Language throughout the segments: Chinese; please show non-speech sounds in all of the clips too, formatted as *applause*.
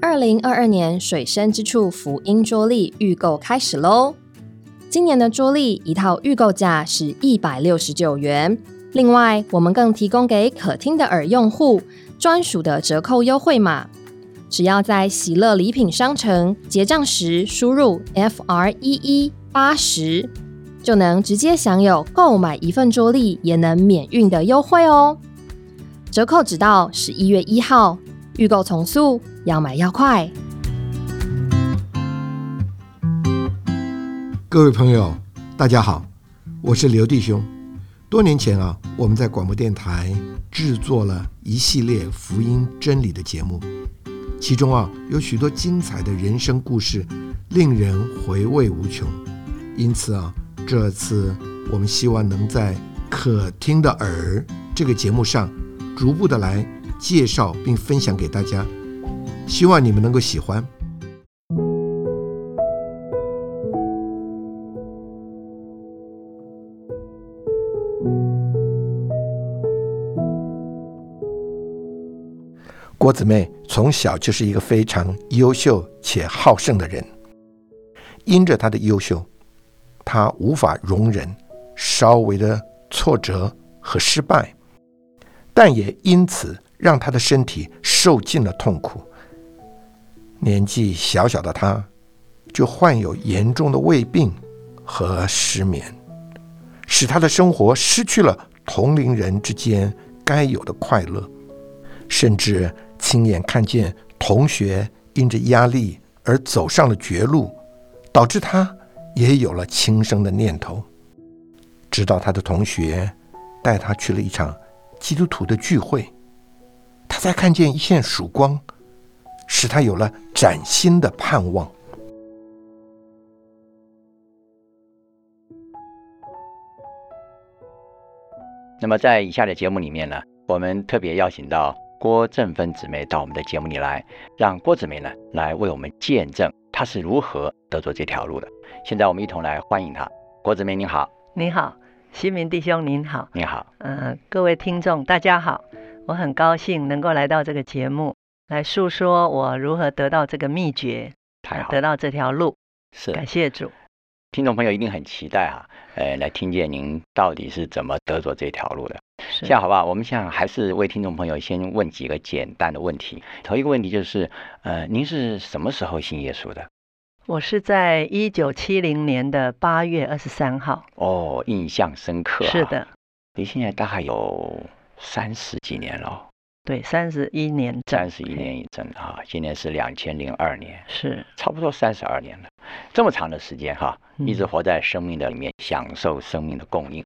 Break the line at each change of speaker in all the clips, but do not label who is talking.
二零二二年水深之处福音桌历预购开始喽！今年的桌历一套预购价是一百六十九元，另外我们更提供给可听的耳用户专属的折扣优惠码，只要在喜乐礼品商城结账时输入 F R 一一八十，就能直接享有购买一份桌历也能免运的优惠哦。折扣只到十一月一号，预购从速，要买要快。
各位朋友，大家好，我是刘弟兄。多年前啊，我们在广播电台制作了一系列福音真理的节目，其中啊有许多精彩的人生故事，令人回味无穷。因此啊，这次我们希望能在《可听的耳》这个节目上，逐步的来介绍并分享给大家，希望你们能够喜欢。郭子妹从小就是一个非常优秀且好胜的人。因着她的优秀，她无法容忍稍微的挫折和失败，但也因此让她的身体受尽了痛苦。年纪小小的她，就患有严重的胃病和失眠，使她的生活失去了同龄人之间该有的快乐。甚至亲眼看见同学因着压力而走上了绝路，导致他也有了轻生的念头。直到他的同学带他去了一场基督徒的聚会，他才看见一线曙光，使他有了崭新的盼望。
那么在以下的节目里面呢，我们特别邀请到郭正芬姊妹到我们的节目里来，让郭姊妹呢来为我们见证她是如何得着这条路的。现在我们一同来欢迎她。郭姊妹您好，
你好，西明弟兄您好，
你好，
呃，各位听众大家好，我很高兴能够来到这个节目，来诉说我如何得到这个秘诀，
太好
得
了，
到这条路。
是
感谢主，
听众朋友一定很期待哈、呃，来听见您到底是怎么得着这条路的。
是
这样好不好？我们想还是为听众朋友先问几个简单的问题。头一个问题就是，呃，您是什么时候信耶稣的？
我是在一九七零年的八月二十三号，
哦，印象深刻、啊。
是，的，
离现在大概有三十几年了，
对，三十一年整，
三十一年一阵啊，今年是两千零二年，
是
差不多三十二年了，这么长的时间哈、一直
嗯
活在生命的里面，享受生命的供应。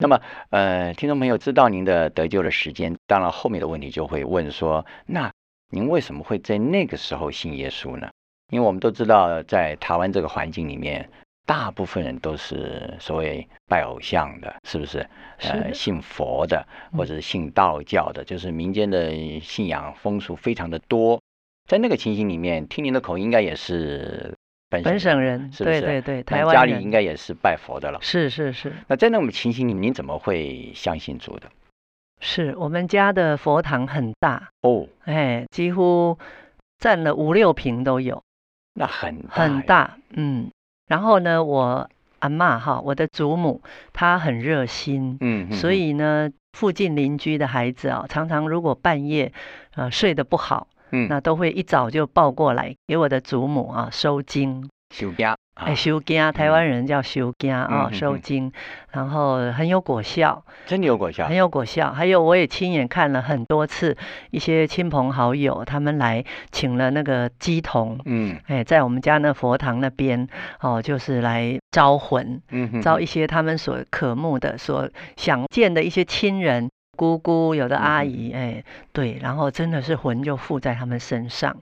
那么，呃，听众朋友知道您的得救的时间，当然后面的问题就会问说，那您为什么会在那个时候信耶稣呢？因为我们都知道，在台湾这个环境里面，大部分人都是所谓拜偶像的，是不是？
是
呃，
的
信佛的或
嗯
者是信道教的，就是民间的信仰风俗非常的多。在那个情形里面，听您的口音应该也是本
本省人，
是不
对
是
对对，
那
台湾
家
人
里应该也是拜佛的了。
是是是
那在那种情形里，您怎么会相信主的？
是，我们家的佛堂很大，
哦，
哎，几乎占了五六平都有。
那很大
很
耶，
大，嗯。然后呢，我阿嬷哈，我的祖母她很热心，
嗯，嗯
所
嗯
以呢，附近邻居的孩子啊、常常如果半夜呃睡得不好，
嗯，
那都会一早就抱过来给我的祖母啊收经，
修家
哎，
啊，
收经，台
嗯
湾人叫收经啊，
嗯嗯
收
嗯
经，然后很有果效，
真的有果效
很，有果效。还有，我也亲眼看了很多次，一些亲朋好友他们来请了那个鸡童，
嗯
哎，在我们家那佛堂那边哦，就是来招魂，
嗯哼，
招
嗯
一些他们所渴慕的、所想见的一些亲人、姑姑，有的阿
嗯嗯
姨，哎，对，然后真的是魂就附在他们身上。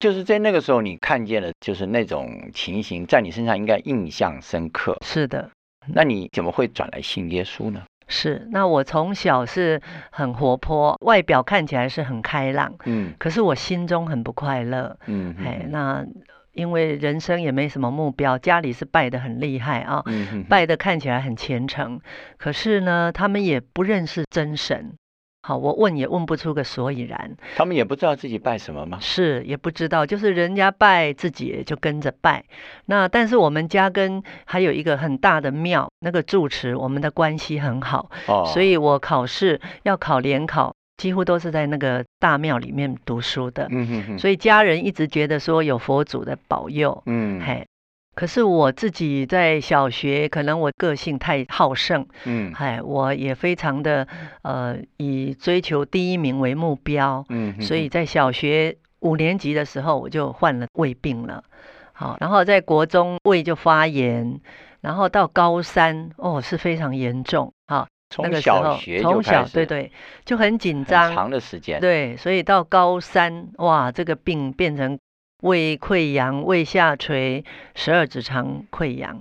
就是在那个时候，你看见了，就是那种情形，在你身上应该印象深刻。
是的，
那你怎么会转来信耶稣呢？
是。那我从小是很活泼，外表看起来是很开朗，
嗯
可是我心中很不快乐。
嗯，嗯
哎，
嗯
那因为人生也没什么目标，家里是拜得很厉害啊、
嗯哼，
拜的看起来很虔诚，可是呢，他们也不认识真神。好，我问也问不出个所以然，
他们也不知道自己拜什么吗？
是也不知道，就是人家拜自己也就跟着拜。那但是我们家跟还有一个很大的庙，那个住持我们的关系很好，
哦，
所以我考试要考联考，几乎都是在那个大庙里面读书的。
嗯哼哼，
所以家人一直觉得说有佛祖的保佑，
嗯
嘿。可是我自己在小学，可能我个性太好胜，
嗯
哎，我也非常的呃，以追求第一名为目标，
嗯哼，
所以在小学五年级的时候我就患了胃病了，好，然后在国中胃就发炎，然后到高三哦是非常严重，好，那
从
个时
小
候
学就
从
开
小
始，
对，对就很紧
很
张，
长的时间，
对，所以到高三，哇，这个病变成胃溃疡、胃下垂、十二指肠溃疡，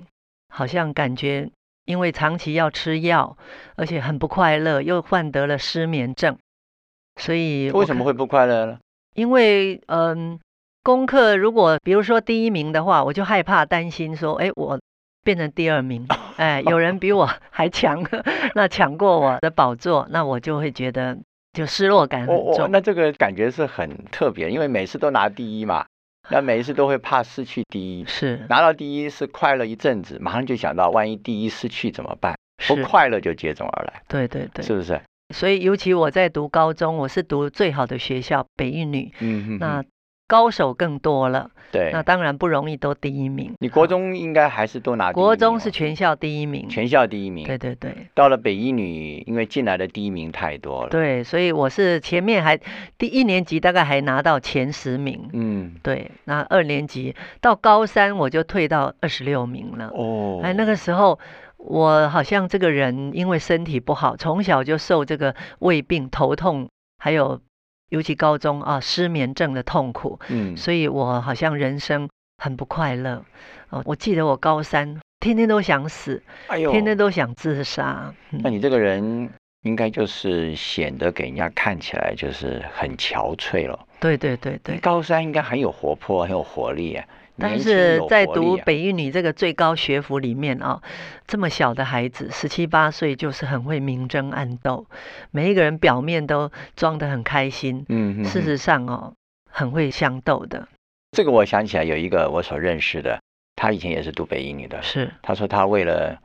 好像感觉因为长期要吃药，而且很不快乐，又患得了失眠症，所以我
为什
看
么会不快乐呢？
因为嗯，功课如果比如说第一名的话，我就害怕担心说，哎，我变成第
*laughs*
二名，哎，有人比我还强， *laughs* 那抢过我的宝座，那我就会觉得嗯就失落感很
哦哦，
重。
那这个感觉是很特别，因为每次都拿第一
*laughs*
嘛，那每一次都会怕失去第一，
是
拿到第一是快乐一阵子，马上就想到万一第一失去怎么办？不
是，
快乐就接踵而来，
对对对
是。不是？
所以尤其我在读高中，我是读最好的学校北一女，
嗯哼
那
哼
高手更多了，
对
那，当然不容易都第一名。啊
你国中应该还是都拿第一
国
名
中
哦
是全校第一名，
全校第一名，嗯
对对对。
到了北一女，因为进来的第一名太多了，，
对，所以我是前面还第一年级大概还拿到前十名，
嗯，
对，那二年级到高三我就退到二十六名了。
哦，
哎，那个时候我好像这个人因为身体不好，从小就受这个胃病、头痛，还有尤其高中啊失眠症的痛苦，
嗯，
所以我好像人生很不快乐。哦，我记得我高三天天都想死，
哎呦，
天天都想自杀。
那
嗯，
你这个人应该就是显得给人家看起来就是很憔悴了。
对对对对。
高三应该很有活泼，很有活力、啊，
但
年轻
是
有
在
活
读
力啊
北一女这个最高学府里面啊，这么小的孩子，十七八岁就是很会明争暗斗，每一个人表面都装得很开心，
嗯哼哼
事实上哦，很会相斗的。
这个我想起来有一个我所认识的，他以前也是读北一女的，
是
他说他为了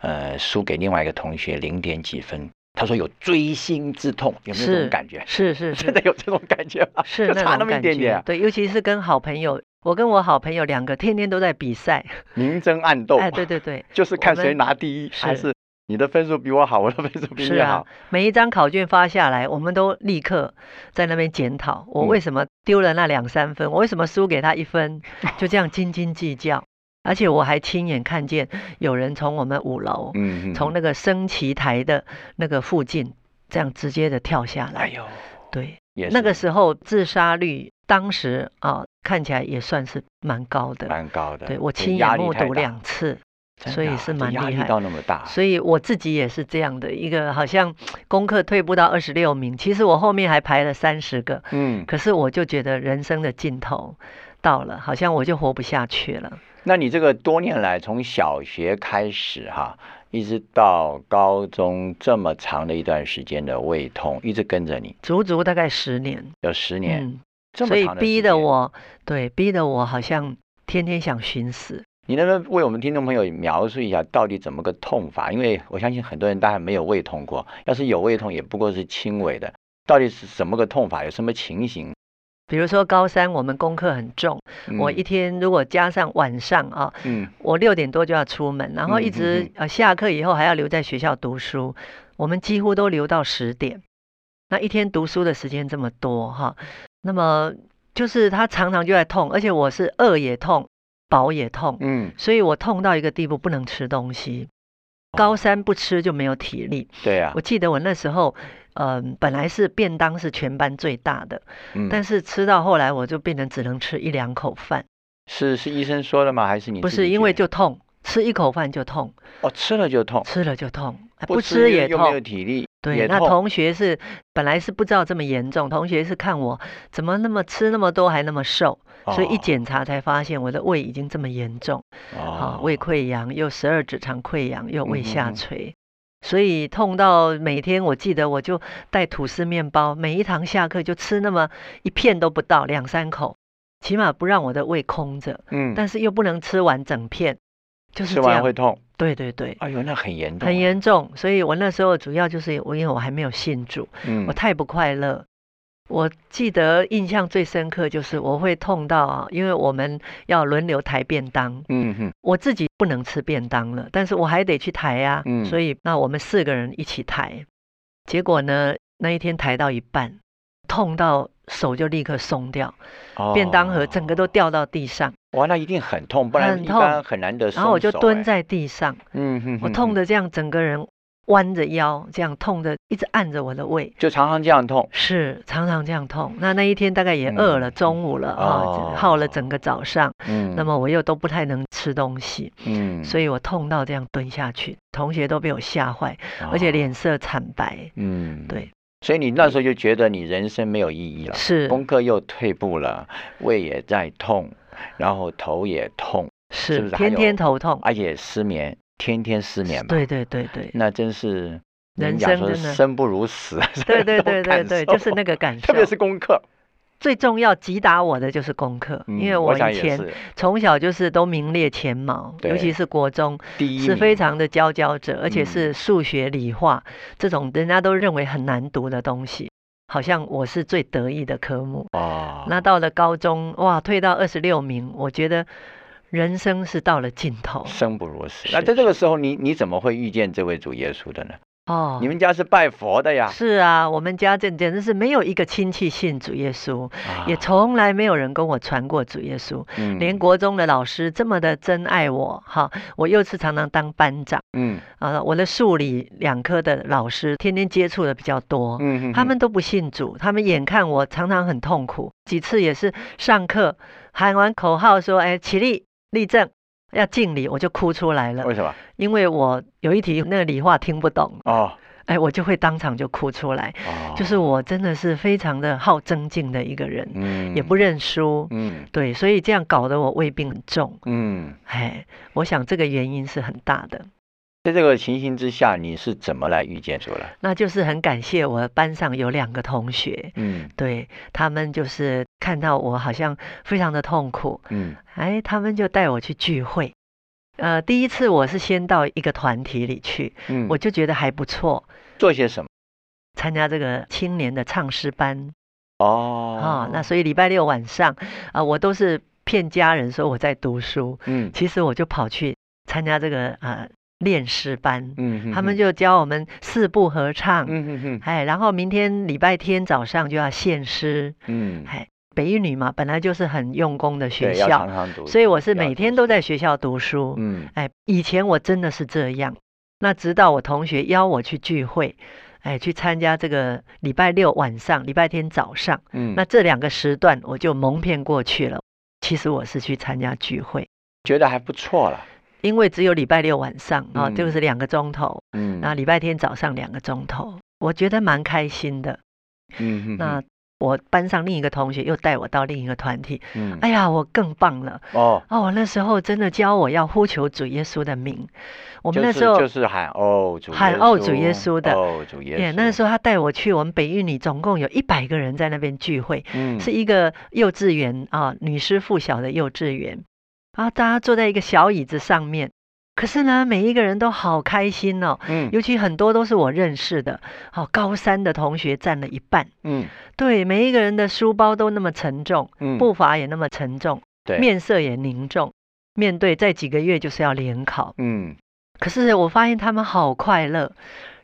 呃输给另外一个同学零点几分，他说有锥心之痛，有没有这种
是
感觉？
是
*laughs*
是
真
是
的有这种感觉吗？
是
就
那
差那
种
么一
感
点点
觉
啊，，
对，尤其是跟好朋友，我跟我好朋友两个天天都在
*laughs*
比赛，
明争暗斗。
哎，对对对，
*laughs* 就是
我
看谁
们
拿第一，还
是
是你的分数比我好，我的分数比
是
你
啊
好。，
每一张考卷发下来，我们都立刻在那边检讨，我
嗯
为什么丢了那两三分，我为什么输给他一
*laughs*
分，就这样斤斤计较。而且我还亲眼看见有人从我们五楼，
嗯，
从
那
那个升旗台的那个附近，这样直接的跳下
哎
来。
呦，
对，
也
那个
是
时候自杀率，当时啊看起来也算是蛮高的。
蛮高的。
对我
这
亲
压
眼
力
目
太
睹
大，啊
两次，
真
所
的
以
啊
是
这
蛮
压
厉
力
害
到那么大。
所以我自己也是这样的一个，好像功课退步到二十六名，其实我后面还排了三十个，
嗯，
可是我就觉得人生的尽头到了，好像我就活不下去了。
那你这个多年来，从小学开始哈，一直到高中这么长的一段时间的胃痛，一直跟着你，
足足大概十年，
有十年，
嗯，
这
所
么
以
长的
逼
时
得
间。
我，对，逼得我好像天天想寻死。
你能不能为我们听众朋友描述一下到底怎么个痛法？因为我相信很多人大概没有胃痛过，要是有胃痛也不过是轻微的，到底是怎么个痛法？有什么情形？
比如说高三，我们功课很重，我
嗯
一天如果加上晚上啊，
嗯
我六点多就要出门，然后一
嗯嗯
直、
嗯
呃下课以后还要留在学校读书，我们几乎都留到十点。那一天读书的时间这么多哈，那么就是他常常就在痛，而且我是饿也痛，饱也痛，
嗯，
所以我痛到一个地步不能吃东西。高三不吃就没有体力。
对啊
我，记得我那时候，嗯、本来是便当是全班最大的，
嗯
但是吃到后来我就变成只能吃一两口饭，
是是医生说的吗？还是你
不
自
是
己
因
觉
为
得
就痛，吃一不然就痛。
哦吃了就痛，
吃了就痛，哎
不
吃
又
也
又没有
痛。
体力，
对，
也
那
痛
同学是本来是不知道这么严重，同学是看我怎么那么吃那么多还那么瘦，所以一
哦
检查才发现我的胃已经这么严重，
哦
啊、胃溃疡又十二指肠溃疡又
嗯
胃
哼
下
哼
垂，所以痛到每天，我记得我就带吐司面包，每一堂下课就吃那么一片都不到，两三口，起码不让我的胃空着，
嗯，
但是又不能吃完整片，就
吃
是这
完
样
会。痛。
对对对，
哎呦，那很严重，
很，严重。所以我那时候主要就是我因为我还没有信主，
嗯
我，太不快乐。我记得印象最深刻就是我会痛到啊，因为我们要轮流抬便当，
嗯哼，
我自己不能吃便当了，但是我还得去抬呀、
嗯
所以那我们四个人一起抬，结果呢那一天抬到一半，痛到手就立刻松掉，
哦
便当盒整个都。掉到地上，
哇，那一定很痛，不然
很
一
痛
般很难得松手、
然后我就蹲
哎，
在地上，
嗯哼
我痛
的
的这样整个人弯着腰，这样痛的一直按着我的胃，
就常常这样痛。
是常常这样痛。那那一天大概也饿了，
嗯
中午了啊，
哦
耗了整个早上。
嗯，
那么我又都不太能吃东西，
嗯，
所
以
以我痛到这样蹲下去，同学都被我吓坏，而且脸色惨白。
哦嗯，
对，
所以你那时候就觉得你人生没有意义了，
是
功课又退步了，胃也在痛，然后头也痛，是不
是，
是还
天天
有
头痛。
而且失眠，天天失眠嘛。
对对对对
那真是
人
家
生
说
真的
生不如死，
*laughs* 对对
这种
对对
感
对，
受
就是那个感受
*laughs* 特。别是功课，
最重要击打我的就是功课，
嗯
因为
我想
以
也
前
是
从小就是都名列前茅，尤
对
其是国中，
第一
是
名
非常的佼佼者，而且
嗯
是数学、理化、这种人家都认为很难读的东西，好像我是最得意的科目。
哦，
那到了高中，哇，退到二十六名，我觉得人生是到了尽头
生不如死。
是
那在这个时候你，你怎么会遇见这位主耶稣的呢？
哦
你。们家是拜佛的呀，
是啊，我们家这简直是没有一个亲戚信主耶稣，也
啊嗯
从来没有人跟我传过主耶稣。连，国中的老师这么的珍爱我，哈，我又是常常当班长
嗯
啊，我的数理两科的老师天天接触的比较多，
嗯嗯，
他们都不信主，他们眼看我常常很痛苦，几次也是上课喊完口号说：“哎，起立立正，要敬礼”，我就哭出来
嗯
了
为，什么？
因为我有一题那个理化听不懂，
哦
哎，我就会当场就哭出来。
哦，
就是我真的是非常的好争竞的一个人，
嗯
也不，认输，
嗯
对，所以这样搞得我胃病很重，
嗯，
哎，我想这个原因是很大的。
在这个情形之下，你是怎么来遇见主了？
那就是很感谢我班上有两个同学，
嗯
对他们就是看到我好像非常的痛苦，
嗯
哎，他们就带我去聚会。呃，第一次我是先到一个团体里去，
嗯，
我就觉得还不错，
做些什么？
参加这个青年的唱诗班啊、
哦，
那所以礼拜六晚上啊、我都是骗家人说我在读书，
嗯
其实我就跑去参加这个呃练诗班，
嗯，
他们就教我们四部合唱，
嗯嗯嗯
哎，然后明天礼拜天早上就要献诗，
嗯，嗯
哎，北一女嘛，本来就是很用功的学
对要
校
常，常读书，
所以我是
要
每
读
天都
书
在，学校读书。
嗯
哎，以前我真的是这样，那直到我同学邀我去聚会，哎，去参加这个礼拜六晚上、礼拜天早上，
嗯，
那这两个时段我就蒙骗过去了。其实我是去参加聚会，
觉得还不错了，
因为只有礼拜六晚上啊，
嗯
就是两个钟头，
嗯，
那礼拜天早上两个钟头，我觉得蛮开心的。
嗯嗯
那我班上另一个同学又带我到另一个团体，
嗯
哎呀，我更棒了
哦，
哦！那时候真的教我要呼求主耶稣的名，我们
就
那
是
时候
就是喊哦主
喊
耶
哦主耶
稣
稣的
哦主耶
耶
稣，
那时候他带我去我们北一女，总共有一百个人在那边聚会，
嗯
是一个幼稚园啊，女师附小的幼稚园，然后大家坐在一个小椅子上面，可是呢，每一个人都好开心哦，
嗯
尤其很多都是我认识的，哦，高三的同学占了一半，
嗯
对，每一个人的书包都那么沉重，
嗯
步伐也那么沉重，
对
面色也凝重，面对在几个月就是要联考，
嗯
可是我发现他们好快乐，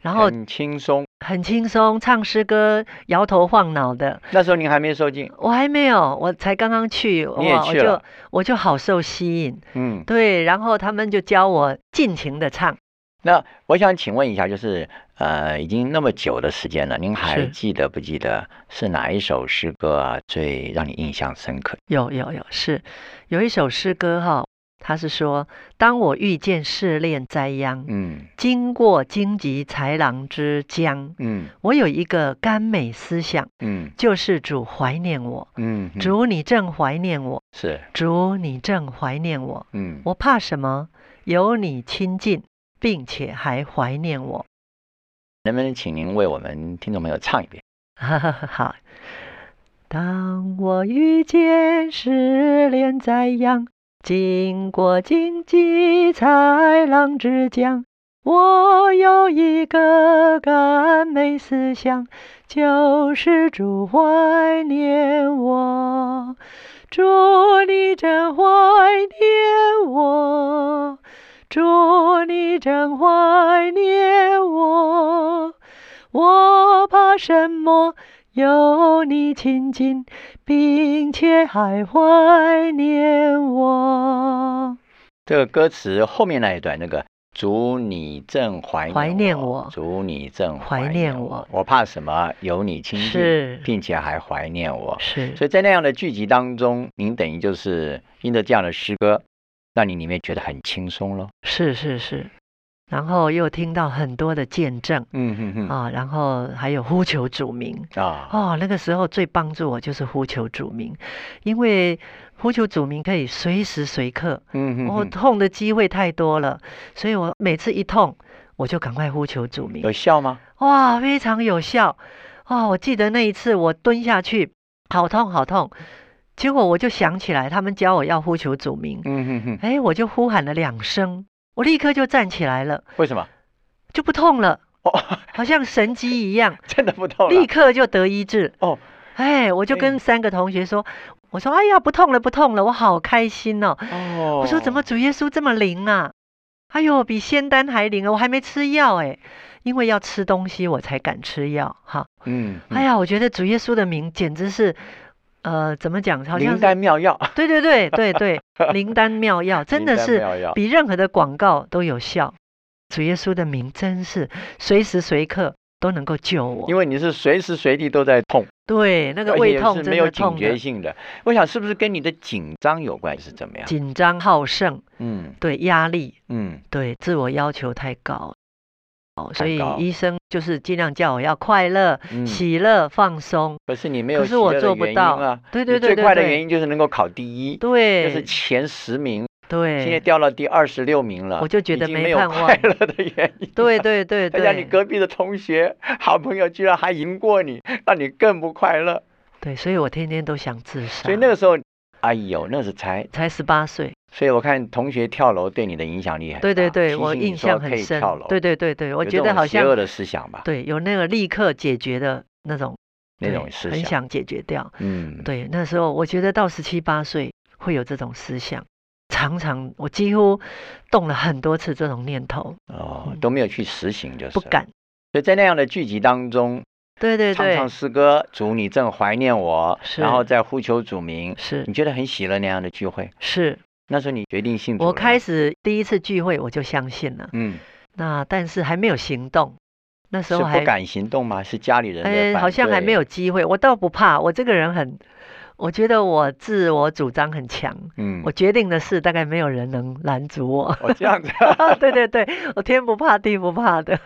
然后
很轻松。
很轻松，唱诗歌，摇头晃脑的。
那时候您还没受浸，
我还没有，我才刚刚去，
你也
哇我
去
就
了
我就好受吸引，
嗯，
对，然后他们就教我尽情的唱，
那我想请问一下，就是呃，已经那么久的时间了，您还
是
记得不记得是哪一首诗歌啊最让你印象深刻？
有有有，是有一首诗歌哈、他是说，当我遇见试炼灾殃，
嗯
经过荆棘豺狼之江，
嗯
我有一个甘美思想，
嗯
救世主怀念我，
嗯，嗯
主你正怀念我，
是
主你正怀念我，
嗯
我怕什么？有你亲近，并且还怀念我。
能不能请您为我们听众朋友唱一遍？
*laughs* 好，当我遇见失恋在阳，经过荆棘才浪之江，我有一个甘美思想，救世主怀念我，主你真怀念我，主你真怀念我，我怕什么？有你亲近，并且还怀念我。
这个歌词后面那一段，那个“主你正怀念
怀念我
主你正怀
怀念
念
我
我，我怕什么？有你亲
是
近，并且还怀念我。”
是
所以在那样的剧集当中，您等于就是因着这样的诗歌，让你里面觉得很轻松咯。
是是是，然后又听到很多的见证
嗯哼哼
啊、然后还有呼求主名
啊，
哦，那个时候最帮助我就是呼求主名，因为呼求主名可以随时随刻，
嗯哼
我
哼，
痛的机会太多了，所以我每次一痛我就赶快呼求主名
有，笑吗？
哇，非常有效哇！我记得那一次我蹲下去，好痛好痛，结果我就想起来他们教我要呼求主名，
嗯哼哼，
哎，我就呼喊了两声，我立刻就站起来了。
为什么？
就不痛了，
哦， *laughs*
好像神机一样，
真的不痛了
立刻就得医治。
哦，
哎，我就跟三个同学说，我说哎呀，不痛了，不痛了，我好开心哦。
哦，
我说怎么主耶稣这么灵啊？哎呦，比仙丹还灵啊！我还没吃药哎，因为要吃东西我才敢吃药哈。
嗯？嗯，
哎呀，我觉得主耶稣的名简直是，呃，怎么讲？好像
灵
是
丹妙药，
对对对对对，
*laughs*
灵丹妙药，真的
灵丹
是
妙药
比任何的广告都有效。主耶稣的名真是随时随刻都能够救我。
因为你是随时随地都在痛，
对，那个
而且
胃
也
痛
是
真
没有
的
警
痛
觉
的，
性的。我想是不是跟你的紧张有关，是怎么样？
紧张好胜，
嗯
对压力，
嗯，
对自我要求太高。哦，
太
所以
高
医生就是尽量叫我要快乐、
嗯
喜乐、放松。
可是你没
可
有
是
喜
我
乐的
做不
原因
到
啊。
对
你
对对
最
对
快的
对
原因就是能够考第一，就是
对
前十名，现在
对
掉到第二十六名了，
我就觉
已
得
经
没
没有
盼
快
望
乐的原因。
*laughs* 对。对
*laughs*
对
再加上你
对
隔壁的同学、好朋友居然还赢过你，让你更不快乐。
对，所以我天天都想自杀。
所以那个时候，哎呦，那是才
才十八岁。
所以我看同学跳楼对你的影响力很大，
对对对，
啊提
我
醒你
印
说
象
可
很
以
深
跳楼。。
对对对对，我
有
觉
这
得
种
好
邪恶
像
的思想吧，
对有那个立刻解决的那种
那
对
种思
很
想
想解决掉。
嗯，
对，那时候我觉得到十七八岁会有这种思想，常常我几乎动了很多次这种念头，
哦
嗯，
都没有去实行，就是
不
了。
敢。
所以在那样的剧集当中，
对对
唱
对，
唱诗歌，主你正怀念我，
是
然后再呼求主名，
是
你觉得很喜乐那样的聚会。
是，
那时候你决定信主，
我开
始，
始第一次聚会我就相信了，
嗯，
那但是还没有行动，那时
是
候还
不敢行动吗？是家里人的
哎，
反
好像还没有
对，
机会。我倒不怕，我这个人很，我觉得我自我主张很强。
嗯，
我决定的事，大概没有人能拦阻我。 *laughs*
我这样子，啊
对对对，我天不怕地不怕的。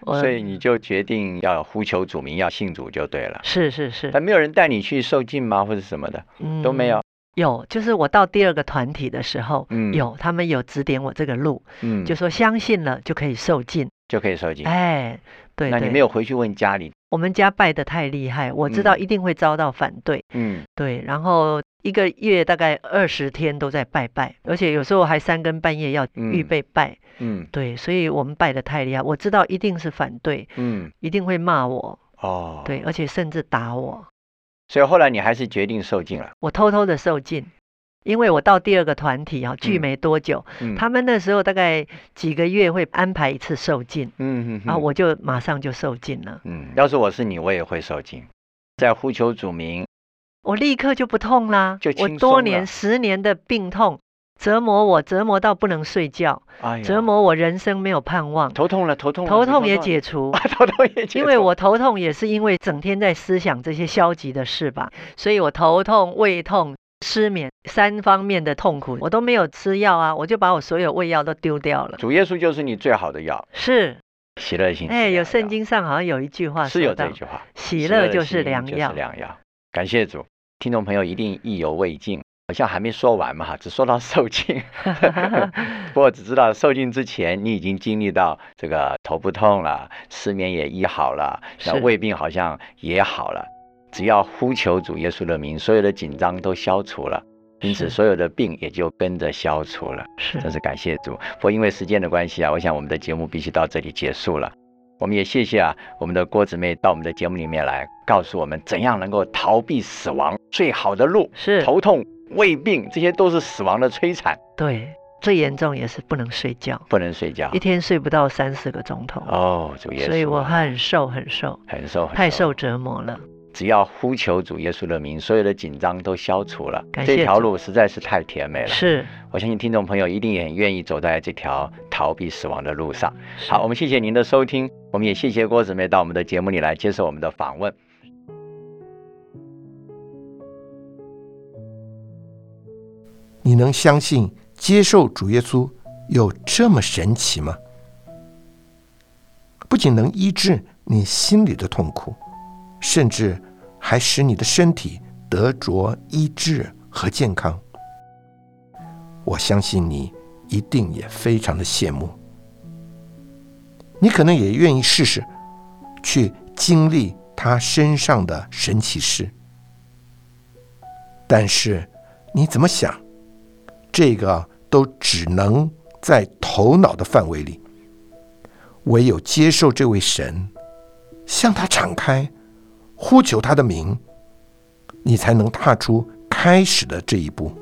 我
所以你就决定要呼求主名，要信主就对了。
是是是，
但没有人带你去受浸吗，或者什么的
嗯
都没有。。
有，就是我到第二个团体的时候，
嗯
有他们有指点我这个路，
嗯，
就说相信了就可以受尽。
就可以受浸。
哎，对
那你
对
没有回去问家里？
我们家拜的太厉害，我知道
嗯
一定会遭到反对。
嗯，
对，然后一个月大概二十天都在拜拜，而且有时候还三更半夜要预
嗯
备拜。
嗯
对，所以我们拜的太厉害，我知道一定是反对，
嗯，
一定会骂我，
哦，
对，，而且甚至打我。
所以后来你还是决定受尽了。
我偷偷的受尽，因为我到第二个团体啊，聚
嗯
没多久，
嗯，
他们那时候大概几个月会安排一次受尽，
嗯嗯
然啊后，我就马上就受尽了，
嗯，要是我是你，我也会受尽，在呼求主名。
我立刻就不痛啦，
就
我
轻
多
松
年
了
十年的病痛折磨我，折磨到不能睡觉，
哎呀，
折磨我人生没有盼望，
头痛了，头痛了，
头痛也解除
*laughs* 啊，。头痛也 *laughs* 解，
因为我头痛也是因为整天在思想这些消极的事吧，所以我头痛、胃痛、失眠三方面的痛苦，我都没有吃药啊，我就把我所有胃药都丢掉了。
主耶稣就是你最好的药，
是，
喜乐心。
哎，有圣
良
经上好像有一句话
药是
说
有
到
这，句话，
喜乐
的
就是
心
良
就
药
是。良药。感谢主，听众朋友一定意犹未尽。好像还没说完嘛，只说到受
*laughs*
尽。不过只知道受尽之前，你已经经历到这个头不痛了，失眠也医好了，那
是
胃病好像也好了。只要呼求主耶稣的名，所有的紧张都消除了，因此
是
所有的病也就跟着消除了。
是
真是感谢主。不过因为时间的关系啊，我想我们的节目必须到这里结束了。我们也谢谢啊，我们的郭姊妹到我们的节目里面来，告诉我们怎样能够逃避死亡最好的路。
是，
头痛、胃病，这些都是死亡的摧残，
对，最严重也是不能睡觉，
不能睡觉
一。天睡不到三四个钟头，
啊哦，主耶稣啊，
所以我很瘦很瘦，
很受很
太受折磨了。
只要呼求主耶稣的名，所有的紧张都消除了。
感谢
这条
主
路实在是太甜美了。
是，
我相信听众朋友一定也很愿意走在这条逃避死亡的路上。
是
好，我们谢谢您的收听，我们也谢谢郭姊妹到我们的节目里来接受我们的访问。
你能相信接受主耶稣有这么神奇吗？不仅能医治你心里的痛苦，甚至还使你的身体得着医治和健康。我相信你一定也非常的羡慕，你可能也愿意试试，去经历他身上的神奇事。但是你怎么想？这个都只能在头脑的范围里。唯有接受这位神，向他敞开，呼求他的名，你才能踏出开始的这一步。